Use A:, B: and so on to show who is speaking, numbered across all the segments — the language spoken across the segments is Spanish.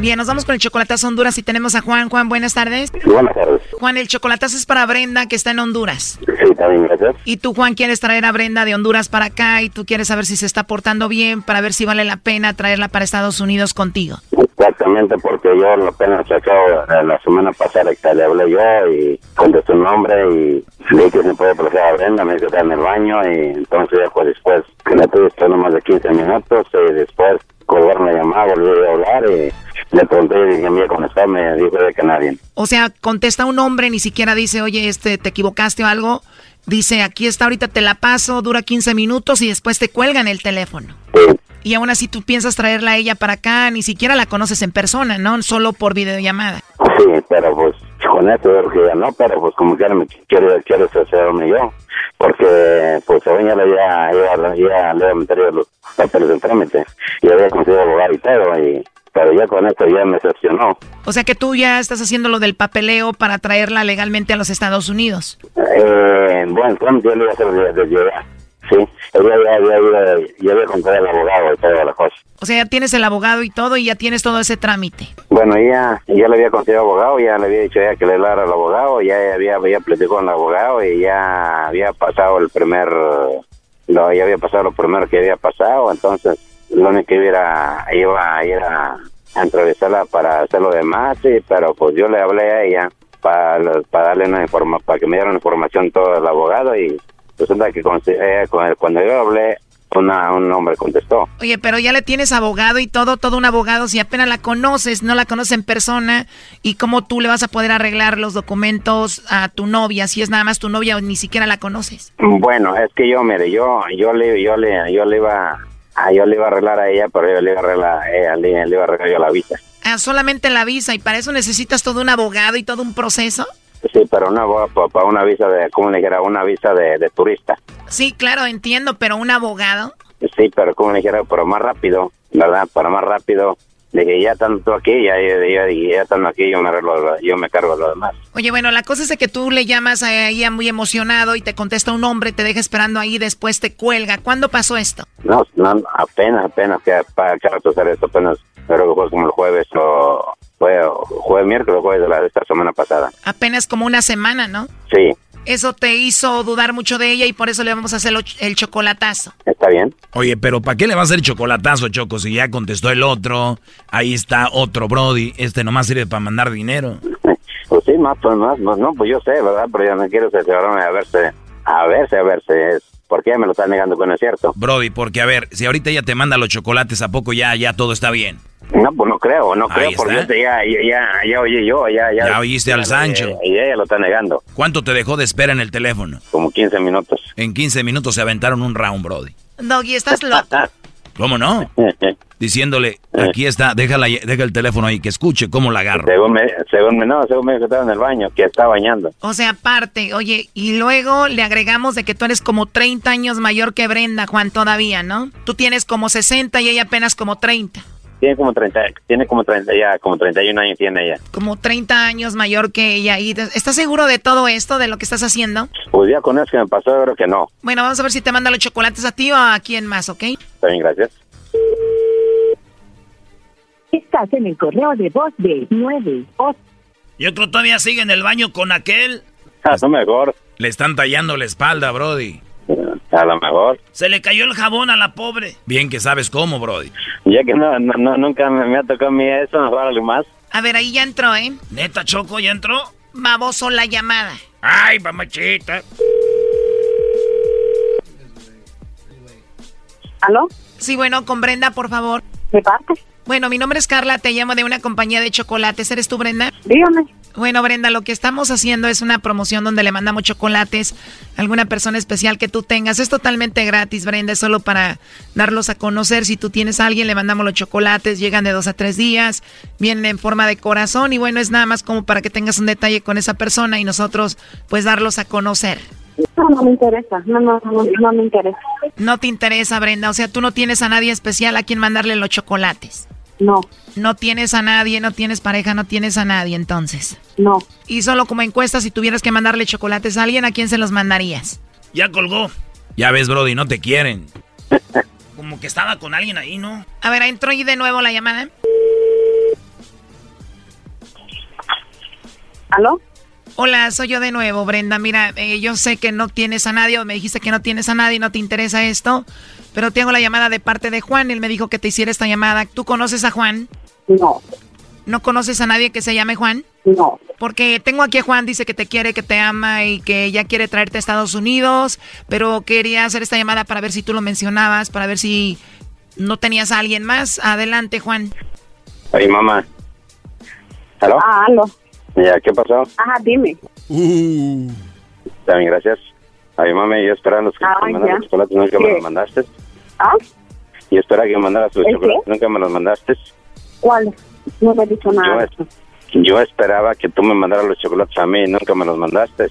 A: Bien, nos vamos con el chocolatazo Honduras y tenemos a Juan. Juan, buenas tardes.
B: Buenas tardes.
A: Juan, el chocolatazo es para Brenda que está en Honduras.
B: Sí, también, gracias.
A: Y tú, Juan, quieres traer a Brenda de Honduras para acá y tú quieres saber si se está portando bien para ver si vale la pena traerla para Estados Unidos contigo.
B: Exactamente, porque yo lo apenas acabo de- la semana pasada que le hablé yo y contesté un nombre y le dije que se puede proceder a Brenda, me dijo que está en el baño y entonces ya pues después que la tuve esperando más de 15 minutos y después colgaron la llamada, volví a hablar y le pregunté y dije, mira, contestar, me dijo de que nadie.
A: O sea, contesta un hombre, ni siquiera dice, oye, este, te equivocaste o algo. Dice, aquí está, ahorita te la paso, dura 15 minutos y después te cuelgan el teléfono. Y aún así tú piensas traerla a ella para acá, ni siquiera la conoces en persona, ¿no? Solo por videollamada.
B: Sí, pero pues con esto yo creo que ya no, pero pues como quiera me quiero, quiero hacerme yo, porque pues según ya, le- ya, ya, ya le voy a meter yo los papeles del trámite, ya había conseguido abogar y todo, y, pero ya con esto ya me decepcionó.
A: O sea que tú ya estás haciendo lo del papeleo para traerla legalmente a los Estados Unidos.
B: Eh, bueno, el trámite yo lo iba a hacer desde de llegar, sí, yo ya, ya, ya, ya, ya había comprado el abogado y toda la cosa.
A: O sea, ya tienes el abogado y todo y ya tienes todo ese trámite.
B: Bueno, ya, ya le había conseguido abogado, ya le había dicho ya que le hablara al abogado, ya había, había platicado con el abogado y ya había pasado el primer, lo, ya había pasado lo primero que había pasado, entonces lo único que iba a, iba a ir a, a entrevistarla para hacer lo demás, sí, pero pues yo le hablé a ella para, para darle una informa, para que me diera una información todo el abogado y resulta que con- eh, con- cuando yo hablé, una, un hombre contestó.
A: Oye, pero ya le tienes abogado y todo, todo un abogado, si apenas la conoces, no la conoces en persona, ¿y cómo tú le vas a poder arreglar los documentos a tu novia si es nada más tu novia o ni siquiera la conoces?
B: Bueno, es que yo, mire, yo, yo le, yo le, yo le iba, a, yo le iba a arreglar a ella, pero yo le iba a arreglar, a ella, le, le iba a arreglar yo la visa.
A: Ah, solamente la visa y para eso necesitas todo un abogado y todo un proceso.
B: Sí, pero una, para una visa de, ¿cómo le dijera? Una visa de, de turista.
A: Sí, claro, entiendo, pero un abogado.
B: Sí, pero ¿cómo le dijera? Pero más rápido, ¿verdad? Para más rápido. Le dije, ya tanto aquí, ya, ya, ya, ya estando aquí, yo me arreglo, lo- yo me cargo de lo demás.
A: Oye, bueno, la cosa es de que tú le llamas a ella muy emocionado y te contesta un hombre, te deja esperando ahí, después te cuelga. ¿Cuándo pasó esto?
B: No, no, apenas, apenas, que para que rato hacer esto, apenas, creo que fue como el jueves o, fue jueves, miércoles, jueves de la, de esta semana pasada.
A: Apenas como una semana, ¿no?
B: Sí,
A: Eso te hizo dudar mucho de ella y por eso le vamos a hacer lo- el chocolatazo.
B: está bien.
C: Oye, pero ¿para qué le va a hacer chocolatazo, Choco, si ya contestó el otro? Ahí está otro Brody. Este nomás sirve para mandar dinero.
B: Pues sí, más, pues más, más, no, pues yo sé, ¿verdad? Pero yo no quiero cerciorarme a verse, a verse, a verse, es, ¿por qué me lo están negando que no es cierto?
C: Brody, porque a ver, si ahorita ella te manda los chocolates, ¿a poco ya, ya todo está bien?
B: No, pues no creo, no
C: Ahí
B: creo,
C: está.
B: porque yo te- ya, ya, ya, ya oí yo, ya, ya.
C: Ya oíste al
B: ya,
C: Sancho.
B: eh, Y ella lo está negando,
C: ¿Cuánto te dejó de espera en el teléfono?
B: como 15 minutos.
C: En 15 minutos se aventaron un round, Brody.
A: Doggy, estás loco.
C: Ah. ¿Cómo no? Diciéndole, aquí está, déjala, deja el teléfono ahí, que escuche cómo la agarro.
B: según me, según me, no, según me dijo que estaba en el baño, que estaba bañando.
A: O sea, aparte, oye, y luego le agregamos de que tú eres como 30 años mayor que Brenda, Juan, todavía, ¿no? Tú tienes como 60 y ella apenas como 30.
B: Tiene como 30, tiene como 30 ya, como 31 años tiene ella.
A: Como 30 años mayor que ella. ¿Y te- estás seguro de todo esto, de lo que estás haciendo?
B: Pues ya con eso que me pasó, yo creo que no.
A: Bueno, vamos a ver si te manda los chocolates a ti o a quién más, ¿ok?
B: Está bien, gracias.
D: Estás en el correo de voz de 9.
C: Yo creo todavía sigue en el baño con aquel.
B: A lo mejor,
C: Le están tallando la espalda, Brody.
B: a lo mejor.
C: Se le cayó el jabón a la pobre. Bien que sabes cómo, Brody.
B: Ya que no, no, no- nunca me, me ha tocado a mí eso, mejor algo más.
A: A ver, ahí ya entró, ¿eh?
C: Neta, Choco, ¿ya entró?
A: Baboso la llamada.
C: Ay, mamachita.
D: ¿Aló?
A: Sí, bueno, con Brenda, por favor.
D: ¿De parte?
A: Bueno, mi nombre es Carla, te llamo de una compañía de chocolates. ¿Eres tú, Brenda?
D: Dígame.
A: Bueno, Brenda, lo que estamos haciendo es una promoción donde le mandamos chocolates a alguna persona especial que tú tengas. Es totalmente gratis, Brenda, es solo para darlos a conocer. Si tú tienes a alguien, le mandamos los chocolates, llegan de dos a tres días, vienen en forma de corazón y bueno, es nada más como para que tengas un detalle con esa persona y nosotros pues darlos a conocer.
D: No, no me interesa. No, no, no, no me interesa.
A: No te interesa, Brenda, o sea, tú no tienes a nadie especial a quien mandarle los chocolates.
D: No,
A: No tienes a nadie, no tienes pareja, no tienes a nadie entonces.
D: no.
A: Y solo como encuesta, si tuvieras que mandarle chocolates a alguien, ¿a quién se los mandarías?
C: Ya colgó. Ya ves, Brody, no te quieren. Como que estaba con alguien ahí, ¿no?
A: A ver, entró ahí de nuevo la llamada.
D: ¿Aló?
A: Hola, soy yo de nuevo, Brenda. Mira, eh, yo sé que no tienes a nadie, o me dijiste que no tienes a nadie, no te interesa esto, pero tengo la llamada de parte de Juan. Él me dijo que te hiciera esta llamada. ¿Tú conoces a Juan?
D: No,
A: ¿No conoces a nadie que se llame Juan?
D: no.
A: Porque tengo aquí a Juan, dice que te quiere, que te ama y que ya quiere traerte a Estados Unidos, pero quería hacer esta llamada para ver si tú lo mencionabas, para ver si no tenías a alguien más. Adelante, Juan.
B: Oye, mamá. ¿Aló?
D: Ah, aló.
B: Ya, ¿qué pasó?
D: Ajá, dime.
B: Está bien, gracias. Ay, mami, yo esperaba los que
D: Ah,
B: me mandaras
D: ya.
B: los chocolates, nunca me
D: ¿Qué?
B: los mandaste.
D: ¿Ah?
B: Yo esperaba que me mandaras los
D: ¿El qué?
B: chocolates, nunca me los mandaste.
D: ¿Cuál? No me he dicho
B: Yo,
D: nada.
B: es- yo esperaba que tú me mandaras los chocolates a mí, nunca me los mandaste.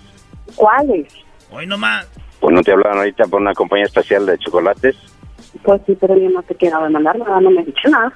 D: ¿Cuáles?
C: Hoy nomás.
B: Pues no te hablaron ahorita por una compañía especial de chocolates.
D: Pues sí, pero yo no te quiero demandar nada, no me he dicho nada.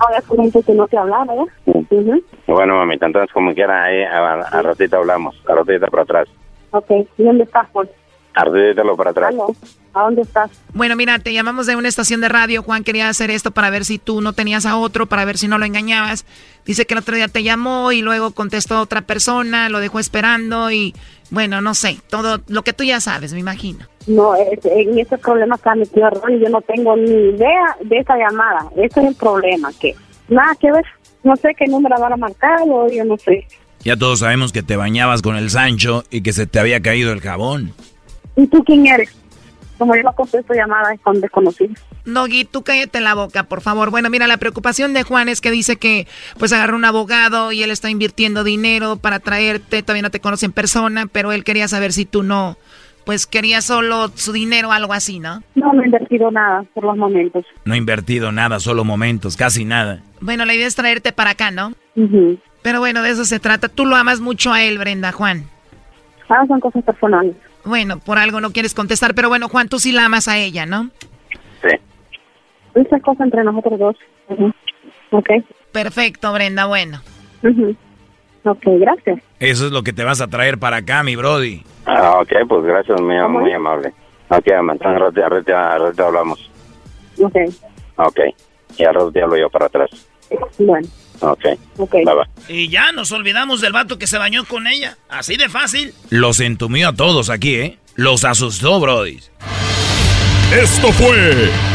D: Ahora tú me dices que no te hablaba, ¿verdad?
B: Sí.
D: Ujú.
B: Bueno, mamita, entonces como quiera, ahí a, a ratito hablamos, a ratito para atrás.
D: Ok, ¿y dónde estás, pues?
B: A ratito lo para atrás.
D: ¿Aló? ¿A dónde estás?
A: Bueno, mira, te llamamos de una estación de radio. Juan quería hacer esto para ver si tú no tenías a otro, para ver si no lo engañabas. Dice que el otro día te llamó y luego contestó otra persona, lo dejó esperando y bueno, no sé, todo lo que tú ya sabes, me imagino.
D: No, es- en ese problema está metido Ronnie. Yo no tengo ni idea de esa llamada. Ese es el problema, que nada que ver. No sé qué número van a marcar o yo no sé.
C: Ya todos sabemos que te bañabas con el Sancho y que se te había caído el jabón.
D: ¿Y tú quién eres? Como yo no contesto llamadas con desconocidos.
A: Nogui, tú cállate la boca, por favor. Bueno, mira, la preocupación de Juan es que dice que pues agarró un abogado y él está invirtiendo dinero para traerte, todavía no te conoce en persona, pero él quería saber si tú no, pues quería solo su dinero o algo así, ¿no?
D: No, no he invertido nada por los momentos.
C: No he invertido nada, solo momentos, casi nada.
A: Bueno, la idea es traerte para acá, ¿no?
D: Ujú.
A: Pero bueno, de eso se trata. Tú lo amas mucho a él, Brenda, Juan.
D: Ah, son cosas personales.
A: Bueno, por algo no quieres contestar, pero bueno, Juan, tú sí la amas a ella, ¿no?
B: Sí.
D: Esas cosas entre nosotros dos. Ujú. Ok.
A: Perfecto, Brenda, bueno.
D: Ujú. Ok, gracias.
C: Eso es lo que te vas a traer para acá, mi Brody.
B: Ah, ok, pues gracias, muy,
D: ¿Cómo
B: muy
D: es?
B: amable. Ok, mamá, entonces al ratito, al ratito- al ratito hablamos.
D: Ok.
B: Ok, y al ratito hablo yo para atrás.
D: Bueno,
B: Ok,
D: ok.
B: bye bye.
C: Y ya nos olvidamos del vato que se bañó con ella. Así de fácil. Los entumió a todos aquí, ¿eh? Los asustó, Brody.
E: Esto fue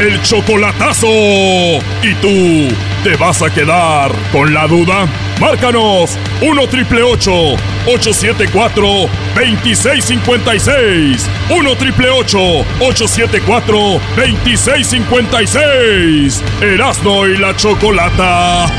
E: el chocolatazo. ¿Y tú te vas a quedar con la duda? Márcanos 1 triple 874 2656. 1 triple 874 2656. Erasno y la chocolata.